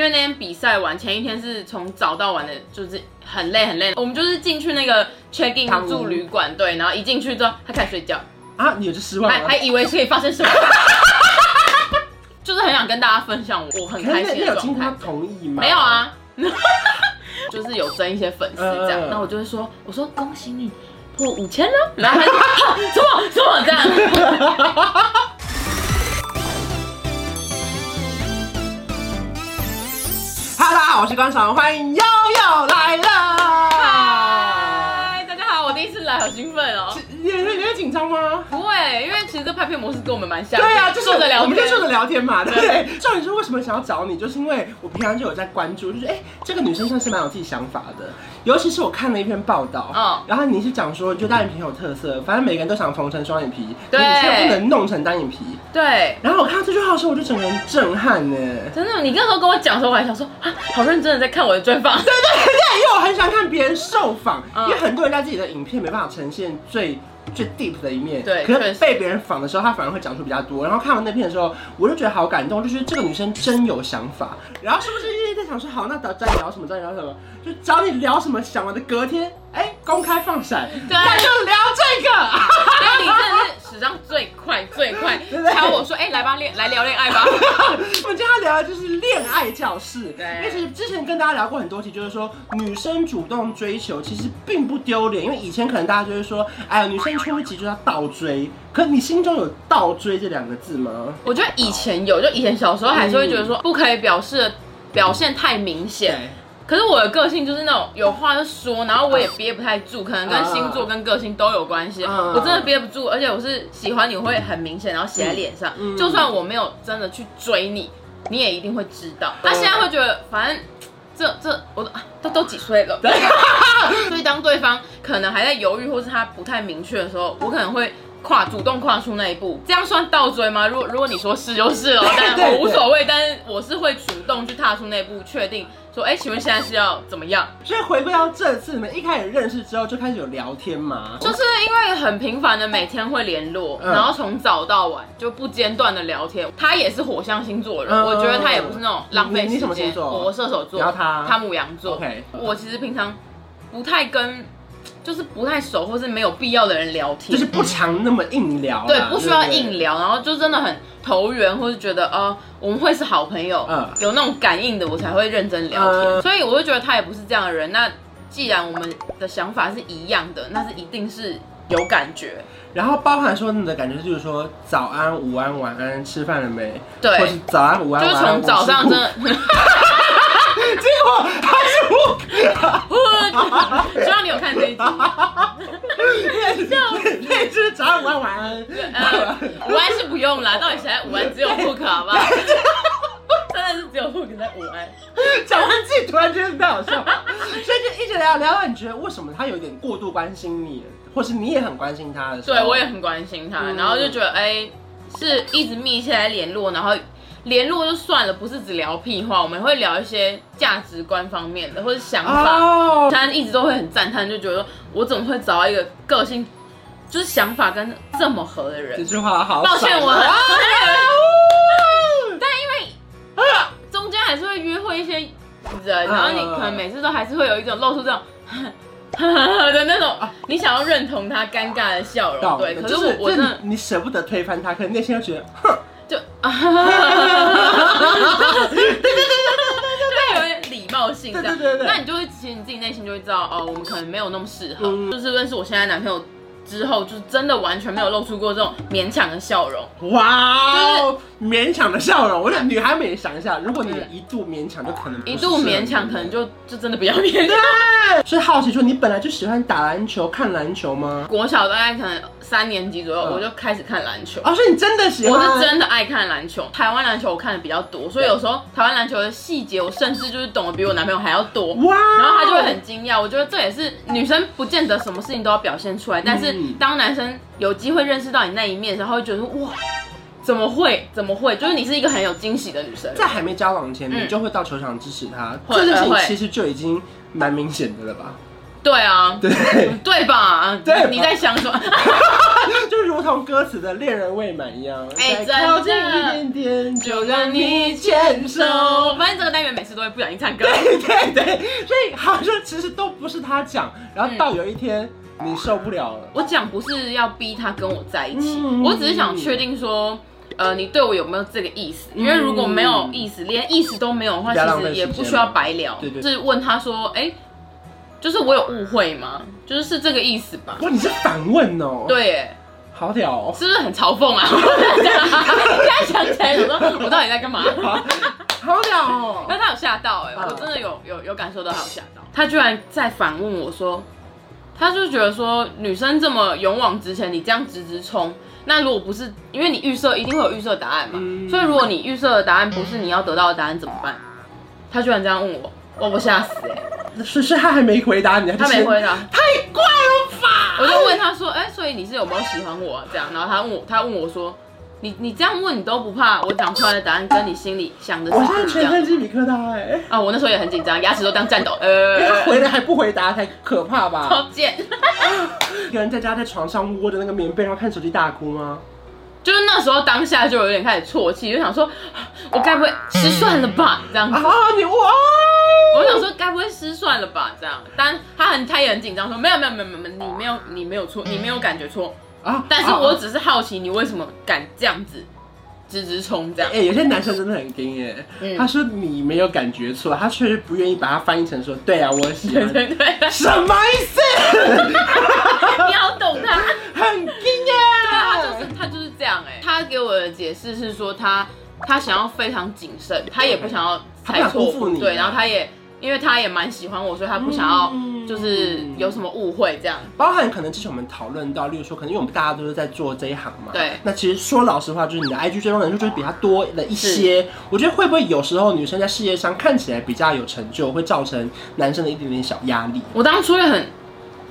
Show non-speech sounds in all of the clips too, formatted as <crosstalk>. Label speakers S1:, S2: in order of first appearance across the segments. S1: 因为那天比赛完前一天是从早到晚的，就是很累很累。我们就是进去那个 check in
S2: 堂屋
S1: 住旅馆，对，然后一进去之后，他开始睡觉，
S2: 啊，你有就失望
S1: 还
S2: 了
S1: 还。以为可以发生什么， <laughs> 就是很想跟大家分享我很
S2: 可
S1: 开
S2: 是那
S1: 心
S2: 那
S1: 的
S2: 有
S1: 状
S2: 经过他
S1: 态。
S2: 同意吗？
S1: 没有。啊， <laughs> 就是有争一些粉丝这样，
S2: 嗯
S1: 那我就会说，我说恭喜你破五千了， <laughs> 然后他就、啊、什么什么这样。
S2: <laughs> 哈喽，大家好，我是观赏，欢迎悠悠来了。
S1: 嗨，大家好，我第一次来，好兴奋哦。
S2: 你你你会紧张吗？
S1: 不会，因为其实这拍片模式跟我们蛮像的。
S2: 对啊，就是
S1: 坐着聊天，
S2: 我们就坐着聊天嘛，对不
S1: 对
S2: 对？重点是为什么想要找你，就是因为我平常就有在关注，就是哎、这个女生算是蛮有自己想法的。尤其是我看了一篇报道，
S1: 嗯
S2: 然后你是讲说，就单眼皮很有特色，反正每个人都想缝成双眼皮，
S1: 对
S2: 你却不能弄成单眼皮。
S1: 对。
S2: 然后我看到这句话的时候，我就整个人震撼呢。
S1: 真的，你那时候跟我讲的时候，我还想说啊，好认真的在看我的专访。
S2: <laughs> 对对对，因为我很喜欢看别人受访，
S1: 嗯
S2: 因为很多人在自己的影片没办法呈现最最 deep 的一面，
S1: 对
S2: 可
S1: 确
S2: 是
S1: 实
S2: 被别人访的时候，他反而会讲出比较多。然后看完那片的时候，我就觉得好感动，就觉得这个女生真有想法。然后是不是一直在想说，好，那找找你聊什么，找你聊什么，就找你聊什么，想完的隔天，哎，公开放闪，
S1: 对
S2: 那就聊这 <laughs> 个。
S1: 所以你真的是史上最快最快
S2: 对对
S1: 敲我说，哎、来吧恋来聊恋爱吧。
S2: <laughs> 我们今天要聊的就是恋爱教室，
S1: 对
S2: 因为其实之前跟大家聊过很多题，就是说女生主动追求其实并不丢脸，因为以前可能大家就会说，哎呀，女生初级就要倒追，可你心中有倒追这两个字吗？
S1: 我觉得以前有，就以前小时候还是会觉得
S2: 嗯
S1: 说不可以表示表现太明显。可是我的个性就是那种有话就说，然后我也憋不太住，可能跟星座跟个性都有关系。
S2: 嗯
S1: 我真的憋不住，而且我是喜欢你会很明显，然后写在脸上
S2: 嗯嗯。
S1: 就算我没有真的去追你，你也一定会知道。
S2: 嗯
S1: 那现在会觉得，反正这这我都啊都都几岁
S2: <laughs>
S1: 了，所以当对方可能还在犹豫，或是他不太明确的时候，我可能会。跨主动跨出那一步，这样算倒追吗？如果如果你说是就是了，但
S2: 对对
S1: 我无所谓。但是我是会主动去踏出那一步，确定说，哎、请问现在是要怎么样？
S2: 所以回归到这次，你们一开始认识之后就开始有聊天吗？
S1: 就是因为很频繁的每天会联络，
S2: 嗯
S1: 然后从早到晚就不间断的聊天。他也是火象星座的人，
S2: 嗯
S1: 我觉得他也不是那种浪费时
S2: 你
S1: 间。
S2: 你什么星座
S1: 我射手座，
S2: 然后他
S1: 他母羊座。
S2: OK
S1: 我其实平常不太跟，就是不太熟或是没有必要的人聊天，
S2: 就是不常那么硬聊啦，
S1: 对，不需要
S2: 对
S1: 硬。聊，然后就真的很投缘，或是觉得哦、我们会是好朋友，
S2: 嗯
S1: 有那种感应的，我才会认真聊天。
S2: 嗯
S1: 所以我就觉得他也不是这样的人。那既然我们的想法是一样的，那是一定是有感觉。
S2: 然后包含说你的感觉，就是说早安、午安、晚安，吃饭了没？
S1: 对
S2: 或是早安、午安、
S1: 就是
S2: 晚安
S1: 从早上
S2: 我
S1: 真
S2: 是
S1: 的，
S2: <laughs> 结果他是
S1: <laughs>
S2: 我，
S1: 希望你有看这一集。
S2: <laughs> 那只早上晚晚
S1: <laughs>
S2: 安，<laughs>
S1: 呃，午安是不用啦，到底谁在午安？只有 hook 好不 <laughs> 好？真的是只有 hook 在午安。
S2: 讲完自己突然觉得很好笑，所以就一直聊聊到你觉得为什么他有点过度关心你，或是你也很关心他的时候，
S1: 对，我也很关心他，
S2: 嗯
S1: 然后就觉得哎、是一直密切来联络，然后联络就算了，不是只聊屁话，我们会聊一些价值观方面的或者想法。
S2: 哦，
S1: 他一直都会很赞叹，就觉得我怎么会找到一个个性就是想法跟这么合的
S2: 这
S1: 人？
S2: 句话好
S1: 抱
S2: 爽，
S1: 歉，我很。
S2: 啊
S1: 但因为中间还是会约会一些
S2: 嗯
S1: 人，然后你可能每次都还是会有一种露出这种 <laughs> 的那种，啊你想要认同他尴尬的笑容，
S2: 懂
S1: 对。可是
S2: 就
S1: 我我
S2: 就
S1: 真的
S2: 你舍不得推翻他，可是内心又觉
S1: <laughs>
S2: 得， <laughs> 哼，
S1: 就啊，对对对对对对，有点礼貌性这样。
S2: 对对对对
S1: 那你就会，其实你自己内心就会知道，哦，我们可能没有那么适合。
S2: 嗯
S1: 就是认识我现在男朋友之后，就是真的完全没有露出过这种勉强的笑容。
S2: 哇哦，勉强的笑容。我觉得女孩们也想一下，如果你一度勉强，就可能不
S1: 一
S2: 是
S1: 度
S2: 适合
S1: 勉
S2: 你
S1: 强，可能就就真的不要勉强。
S2: 所以好奇说，你本来就喜欢打篮球、看篮球吗？
S1: 国小大概可能三年级左右，
S2: 嗯
S1: 我就开始看篮球。
S2: 哦，所以你真的喜
S1: 我
S2: 欢？
S1: 是真的爱看篮球，台湾篮球我看的比较多，所以有时候台湾篮球的细节，我甚至就是懂得比我男朋友还要多。
S2: 哇，
S1: 然后他就会很惊讶。我觉得这也是女生不见得什么事情都要表现出来，但是
S2: 嗯
S1: 当男生有机会认识到你那一面的时候，他会觉得哇，怎么会？怎么会？就是你是一个很有惊喜的女生。
S2: 在还没交往前，
S1: 嗯
S2: 你就会到球场支持他，
S1: 会
S2: 这件事情
S1: 会
S2: 其实就已经蛮
S1: <laughs>
S2: 明显的了吧？
S1: 对啊，
S2: 对，
S1: 对吧？
S2: <laughs> 对
S1: <laughs>
S2: 吧
S1: 你在想什么？
S2: 就如同歌词的恋人未满一样，
S1: 哎
S2: 再靠近
S1: 真的
S2: 一点点就
S1: 就
S2: 让
S1: 让
S2: 你
S1: 你
S2: 牵手。
S1: 反正这个单元每次都会不小心唱歌。
S2: 对对对，所以好像其实都不是他讲，然后到有一天你受不了了，
S1: 我讲不是要逼他跟我在一起，
S2: 嗯
S1: 我只是想确定说，呃，你对我有没有这个意思？因为如果没有意思，连意思都没有的话，
S2: 嗯不要浪
S1: 其
S2: 费
S1: 实也
S2: 时间
S1: 不
S2: 嘛
S1: 需要白聊。
S2: 对对
S1: 是问他说，哎、就是我有误会吗？就是是这个意思吧？
S2: 哇，你是反问哦，，
S1: 对耶，
S2: 好屌
S1: <laughs>
S2: 哦。
S1: 是不是很嘲讽啊？ <laughs> 现在想起来，我说我到底在干嘛？
S2: 好屌哦！
S1: 但他有吓到哎、
S2: 啊
S1: 我真的有有有感受到他有吓到，他居然在反问我说，他就觉得说女生这么勇往直前，你这样直直冲，那如果不是因为你预设一定会有预设答案嘛，
S2: 嗯
S1: 所以如果你预设的答案不是你要得到的答案怎么办？他居然这样问我，我我吓死哎、
S2: 是是，他还没回答你，
S1: 他
S2: 就
S1: 没
S2: 先
S1: 回答，
S2: 太怪了吧？
S1: 我就问他说，哎、所以你是有没有喜欢我、啊、这样？然后他问我，他问我说。你你这样问你都不怕，我讲出来的答案跟你心里想的是 <laughs>
S2: 我现在
S1: 不一
S2: 全
S1: 样
S2: 身鸡皮疙瘩哎，
S1: 啊！我那时候也很紧张，牙齿都当颤抖，
S2: 因为他
S1: 呃，
S2: <laughs> 回来还不回答才可怕
S1: 超
S2: 吧？
S1: 贱。
S2: 一个人在家在床上窝着那个棉被，然后看手机大哭吗？
S1: 就是那时候当下就有点开始啜泣，就想说，啊我该不会失算了吧？这样子，
S2: 啊，你哇！
S1: 嗯
S2: 哦
S1: 我想说该不会失算了吧？这样，但他很他也很紧张，说没有没有没有没有，你没有你没有错，你没有感觉错，
S2: 啊
S1: 但是我
S2: 啊
S1: 只是好奇你为什么敢这样子直直冲这样
S2: 哎、。有些男生真的很硬耶。
S1: 嗯
S2: 他说你没有感觉错，他确实不愿意把它翻译成说对啊，我喜
S1: <laughs> 对
S2: 欢。
S1: 对对，
S2: <laughs> 什么意思？
S1: 你好懂他，
S2: 很硬
S1: 对啊，他就
S2: 耶。
S1: 是他就是这样哎、他给我的解释是说他他想要非常谨慎，他也不想要
S2: 他不
S1: 猜
S2: 想
S1: 错
S2: 辜负你啊
S1: 对，然后他也因为他也蛮喜欢我，所以他不想要
S2: 嗯
S1: 就是有什么误会这样。
S2: 包含可能之前我们讨论到，例如说，可能因为我们大家都是在做这一行嘛，
S1: 对
S2: 那其实说老实话，就是你的 IG 追踪人数就是比他多了一些。我觉得会不会有时候女生在事业上看起来比较有成就，会造成男生的一点点小压力？
S1: 我当初也很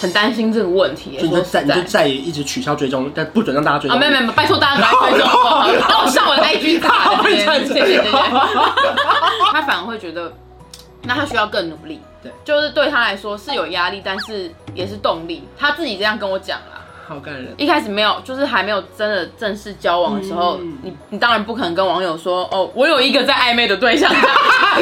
S1: 很担心这个问题、
S2: 所以你
S1: 说
S2: 就
S1: 实在
S2: 再你就再也一直取消追踪，但不准让大家追
S1: 啊，
S2: 踪。
S1: 没有没有，没有拜托大家赶快追踪我，
S2: 好
S1: 好
S2: 了
S1: 了，我上我的 IG
S2: 好
S1: 打
S2: 会
S1: 谢谢
S2: 站着
S1: 谢谢谢谢。他反而会觉得，那他需要更努力，
S2: 对
S1: 就是对他来说是有压力，但是也是动力。他自己这样跟我讲啦。
S2: 好感人。
S1: 一开始没有，就是还没有真的正式交往的时候，
S2: 嗯
S1: 你你当然不可能跟网友说哦，我有一个在暧昧的
S2: <laughs>
S1: 对象，这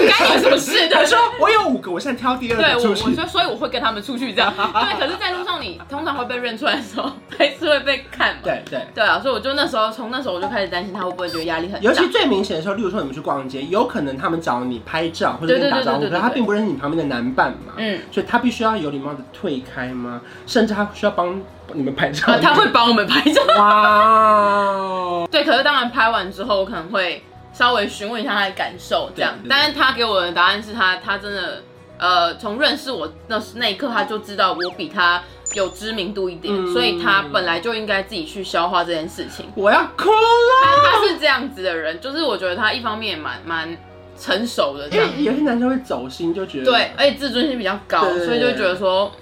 S1: 样干你什么事？
S2: 他
S1: 对
S2: <laughs> 说我有五个，我现在挑第二
S1: 对
S2: 个
S1: 我，
S2: 出
S1: 我
S2: 去。
S1: 说，所以我会跟他们出去这
S2: <laughs>
S1: 样。对，可是，在路上你通常会被认出来的时候，还是会被看嘛。
S2: 对对。
S1: 对啊，所以我就那时候，从那时候我就开始担心他会不会觉得压力很大。
S2: 尤其最明显的时候，例如说你们去逛街，有可能他们找你拍照或者
S1: 对
S2: 跟
S1: 对
S2: 你打
S1: 对
S2: 招呼，
S1: 对
S2: 可
S1: 对
S2: 是他
S1: 对
S2: 并不认识你旁边的男伴嘛，
S1: 嗯
S2: 所以他必须要有礼貌的退开吗？甚至他需要帮你们拍照哦吗、
S1: 啊，他会帮我们拍照。
S2: 哇，
S1: 对，可是当然拍完之后，我可能会稍微询问一下他的感受这样
S2: 对对。对
S1: 但是他给我的答案是他他真的呃，从认识我那那一刻，他就知道我比他有知名度一点，
S2: 嗯
S1: 所以他本来就应该自己去消化这件事情。
S2: 我要哭了。
S1: 但他是这样子的人，就是我觉得他一方面也蛮蛮成熟的这
S2: 因
S1: 样，
S2: 为有些男生会走心，就觉得
S1: 对，而且自尊心比较高，
S2: 对对对
S1: 所以就觉得说，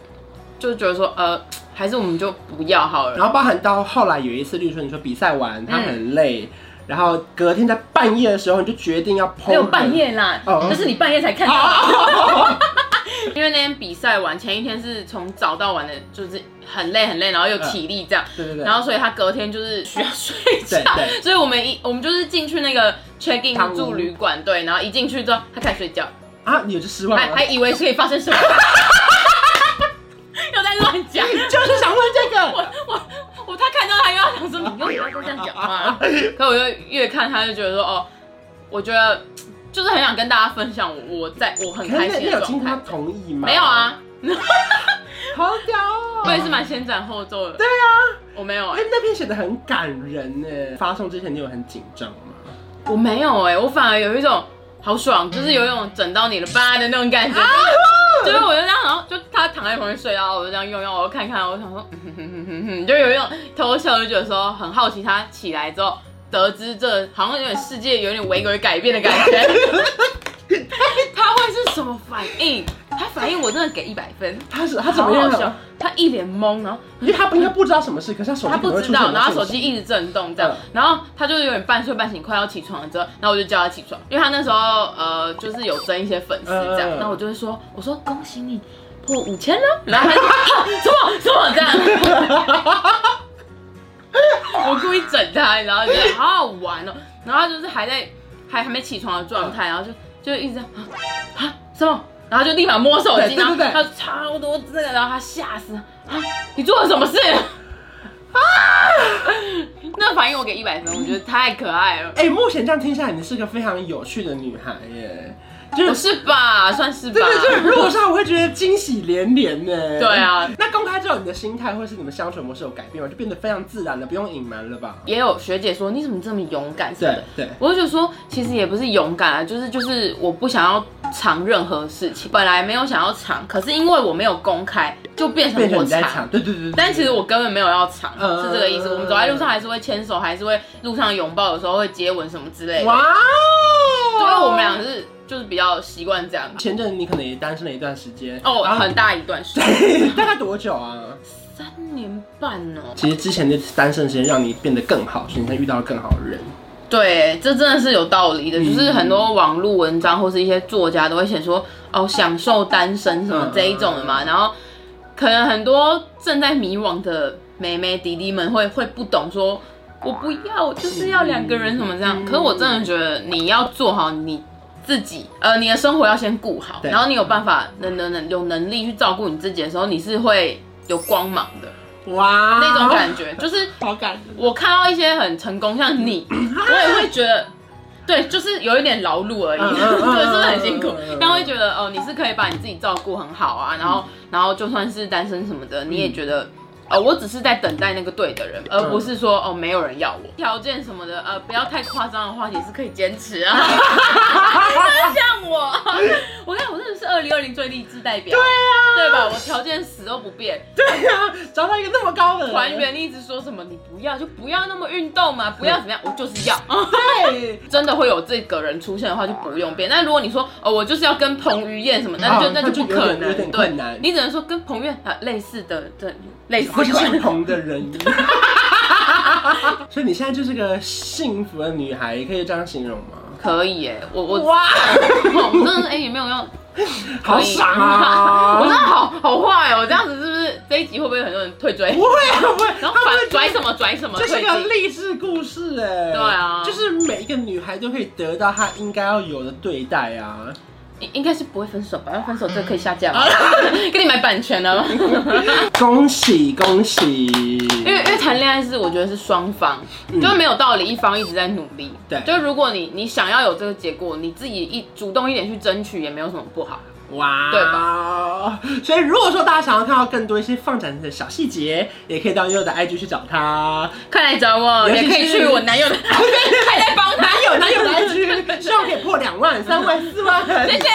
S1: 就觉得说呃，还是我们就不要好了。
S2: 然后包含到后来有一次，例如说你说比赛完他很累，
S1: 嗯
S2: 然后隔天在半夜的时候，你就决定要剖。
S1: 没有半。夜啦，
S2: 哦
S1: 那是你半夜才看到的。
S2: 啊！
S1: <laughs> 因为那天比赛完前一天是从早到晚的，就是很累很累，然后又体力这样，
S2: 对对对。
S1: 然后所以他隔天就是需要睡觉
S2: 对
S1: <laughs>
S2: 对，
S1: 所以我们一我们就是进去那个 check
S2: 堂
S1: in
S2: 屋
S1: 住旅馆，对，然后一进去之后他开始睡觉，
S2: 啊，你有就失望
S1: 还
S2: 了
S1: 还。以为可以发生什么， <laughs> 又在乱讲。
S2: <laughs> 就是想问这个，
S1: <laughs> 我我我，他看到他又要想说，你又不要再这样讲
S2: <laughs>
S1: 话。可我就越看他就觉得说，哦，我觉得就是很想跟大家分享我我在我很
S2: 可是
S1: 开
S2: 那
S1: 心
S2: 那
S1: 的
S2: 有
S1: 状
S2: 经过他
S1: 态。
S2: 同意吗？
S1: 没有，啊，
S2: 好屌哦！
S1: 我也是蛮先斩后奏的。
S2: 对啊，
S1: 我没有哎、
S2: 哎，那篇写的很感人呢。发送之前你有很紧张吗？ <laughs>
S1: 我没有哎、我反而有一种好爽，
S2: 嗯
S1: 就是有一种整到你了吧的那种感
S2: 啊
S1: 觉。就是我就这样，然后就他躺在旁边睡啊，我就这样用用，我就看看，我想说， <laughs> 嗯哼哼哼哼哼，就有一种偷笑，就觉得说很好奇他起来之后，得知这好像有点世界有点微微改变的感
S2: <laughs>
S1: 觉，他会是什么反应？他反应我真的给一百分，
S2: 他是他
S1: 他
S2: 怎么
S1: 好好笑
S2: 样？？啊
S1: 他一脸懵，然后
S2: 因为他不应该不知道什么事，可是他手机
S1: 他
S2: 可能
S1: 不
S2: 会
S1: 知
S2: 出现
S1: 道，
S2: 很多
S1: 然后手
S2: 讯
S1: 机
S2: 息
S1: 一直震动这样
S2: 嗯，
S1: 然后他就有点半睡半醒，快要起床了之后，然后我就叫他起床，因为他那时候呃就是有增一些粉丝这样
S2: 嗯嗯嗯，
S1: 那我就会说，我说恭喜你破五千了，然后他就啊什么什么这样，我故意整他，然后就觉得好好玩哦。然后他就是还在还还没起床的状态，然后就就一直在啊啊什么，然后就立马摸手
S2: 对对
S1: 机，
S2: 对
S1: 然后
S2: 对
S1: 他超多这个，然后他吓死啊！你做了什么事？啊！ <laughs> 那反应我给一百分，我觉得太可爱了，
S2: 哎、目前这样听下来，你是个非常有趣的女孩耶，就
S1: 不
S2: 是。
S1: 是吧？算是吧。
S2: 对对，就是路上我会觉得惊喜连连呢。
S1: 对啊，
S2: 那公开之后，你的心态或是你们相处模式有改变吗？就变得非常自然了，不用隐瞒了吧？
S1: 也有学姐说你怎么这么勇敢什么
S2: 对
S1: 的。
S2: 对，
S1: 我就觉得说，其实也不是勇敢啊，就是就是我不想要藏任何事情，本来没有想要藏，可是因为我没有公开，就变成
S2: 变成
S1: 我
S2: 你在
S1: 藏。
S2: 抢，对对对对。
S1: 但其实我根本没有要藏，
S2: 嗯
S1: 是这个意思。我们走在路上还是会牵手，还是会路上拥抱，有时候会接吻什么之类的。
S2: 哇哦，
S1: 所以我们俩是就是比较习惯这样。
S2: 前阵你可能也单身了一段时间
S1: 哦，
S2: 然后
S1: 很大一段时间，
S2: <laughs> 对，大概多久啊？
S1: 三年半哦。
S2: 其实之前的单身时间让你变得更好，所以你才遇到了更好的人。
S1: 对，这真的是有道理的，
S2: 嗯
S1: 就是很多网络文章或是一些作家都会写说，哦，享受单身什么
S2: 嗯
S1: 这一种的嘛，然后可能很多正在迷惘的妹妹弟弟们会会不懂说，我不要，我就是要两个人什么这样。
S2: 嗯
S1: 可是我真的觉得你要做好你自己，呃，你的生活要先顾好，
S2: 对
S1: 然后你有办法能能能有能力去照顾你自己的时候，你是会有光芒的
S2: 哇，
S1: 那种感觉，就是。
S2: 好感人。
S1: 我看到一些很成功，像你，我也会觉得，对，就是有一点劳碌而已，
S2: 嗯嗯嗯嗯
S1: <laughs> 对，真的很辛苦
S2: 嗯嗯嗯，
S1: 但会觉得哦，你是可以把你自己照顾很好啊，然后然后就算是单身什么的，你也觉得。哦，我只是在等待那个对的人，而不是说哦没有人要我。条件什么的，呃，不要太夸张的话，也是可以坚持啊。 <laughs> 像我， <laughs> 我看我真的是二零二零最励志代表，对啊，对吧？我条件死都不变，
S2: <laughs> 对啊，找到一个那么高的人
S1: 团。员一直说什么你不要就不要那么运动嘛，不要怎么样，我就是要。
S2: 对，
S1: 真的会有这个人出现的话，就不用变。但如果你说哦，我就是要跟彭于晏什么，那就、
S2: 哦
S1: 那就不
S2: 那就有
S1: 可
S2: 点有
S1: 能。
S2: 点
S1: 对
S2: 困难，
S1: 你只能说跟彭于晏啊类似的，对，类似
S2: 或是姓
S1: 的。
S2: 彭的人。 <laughs> 所以你现在就是个幸福的女孩，可以这样形容吗？
S1: 可以耶，我我
S2: <laughs> 哇，
S1: <laughs> 我真的是哎、也没有用，
S2: 好
S1: 以
S2: 傻啊！
S1: <laughs> 我真的好好坏哦，这样子是不是这一集会不会很多人退追
S2: 不？会啊，不会，
S1: 然后
S2: 他
S1: 反
S2: 们
S1: 拽什么拽什么
S2: 这是
S1: 退
S2: 个
S1: 进？
S2: 励志故事哎。
S1: 对啊
S2: 就是每一个女孩都可以得到她应该要有的对待啊。
S1: 应应该是不会分手吧？要分手这可以下架吗？ <laughs> 跟你买版权
S2: <laughs>
S1: 了吗？
S2: 恭喜恭喜！
S1: 因
S2: 因
S1: 为因为谈恋爱是我觉得是双方，
S2: 嗯
S1: 就是没有道理一方一直在努力。
S2: 对
S1: 就是如果你你想要有这个结果，你自己一主动一点去争取也没有什么不好。
S2: 哇，
S1: 对
S2: 吧？所以如果说大家想要看到更多一些放展的小细节，也可以到悠悠的 IG 去找他。
S1: 快来找我，
S2: 尤其
S1: 也
S2: 是
S1: 可以去我男友
S2: <laughs>
S1: 的，还在帮他
S2: 还有男友的
S1: <laughs>
S2: IG，希望可以破两万、三万、四万，
S1: 谢谢。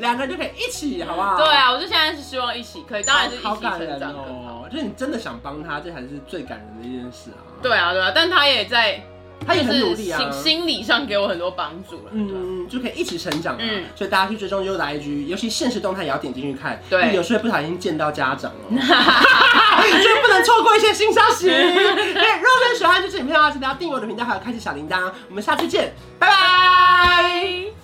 S2: 两个人就可以一起，好不好？啊
S1: 对，啊，我就现在是希望一起可以，当然是一
S2: 好
S1: 起
S2: 感
S1: 成
S2: 人
S1: 长的。
S2: 哦！就是你真的想帮他，这才是最感人的一件事啊。，
S1: 对啊，对啊，但他也在，
S2: 他也
S1: 就
S2: 很努
S1: 是
S2: 力啊
S1: 心。心理上给我很多帮助了。嗯，
S2: 嗯，就可以一起成长、啊。
S1: 嗯
S2: 所以大家去追踪悠悠的 IG，尤其现实动态也要点进去看。
S1: 对
S2: 因为有时候不小心见到家长
S1: <laughs>
S2: 哦，就不能错过一些新消息。 <laughs> 对，如果真的喜欢这支影片的话，记得要订阅我的频道，还有开启小铃铛。我们下次见，拜拜。
S1: 拜。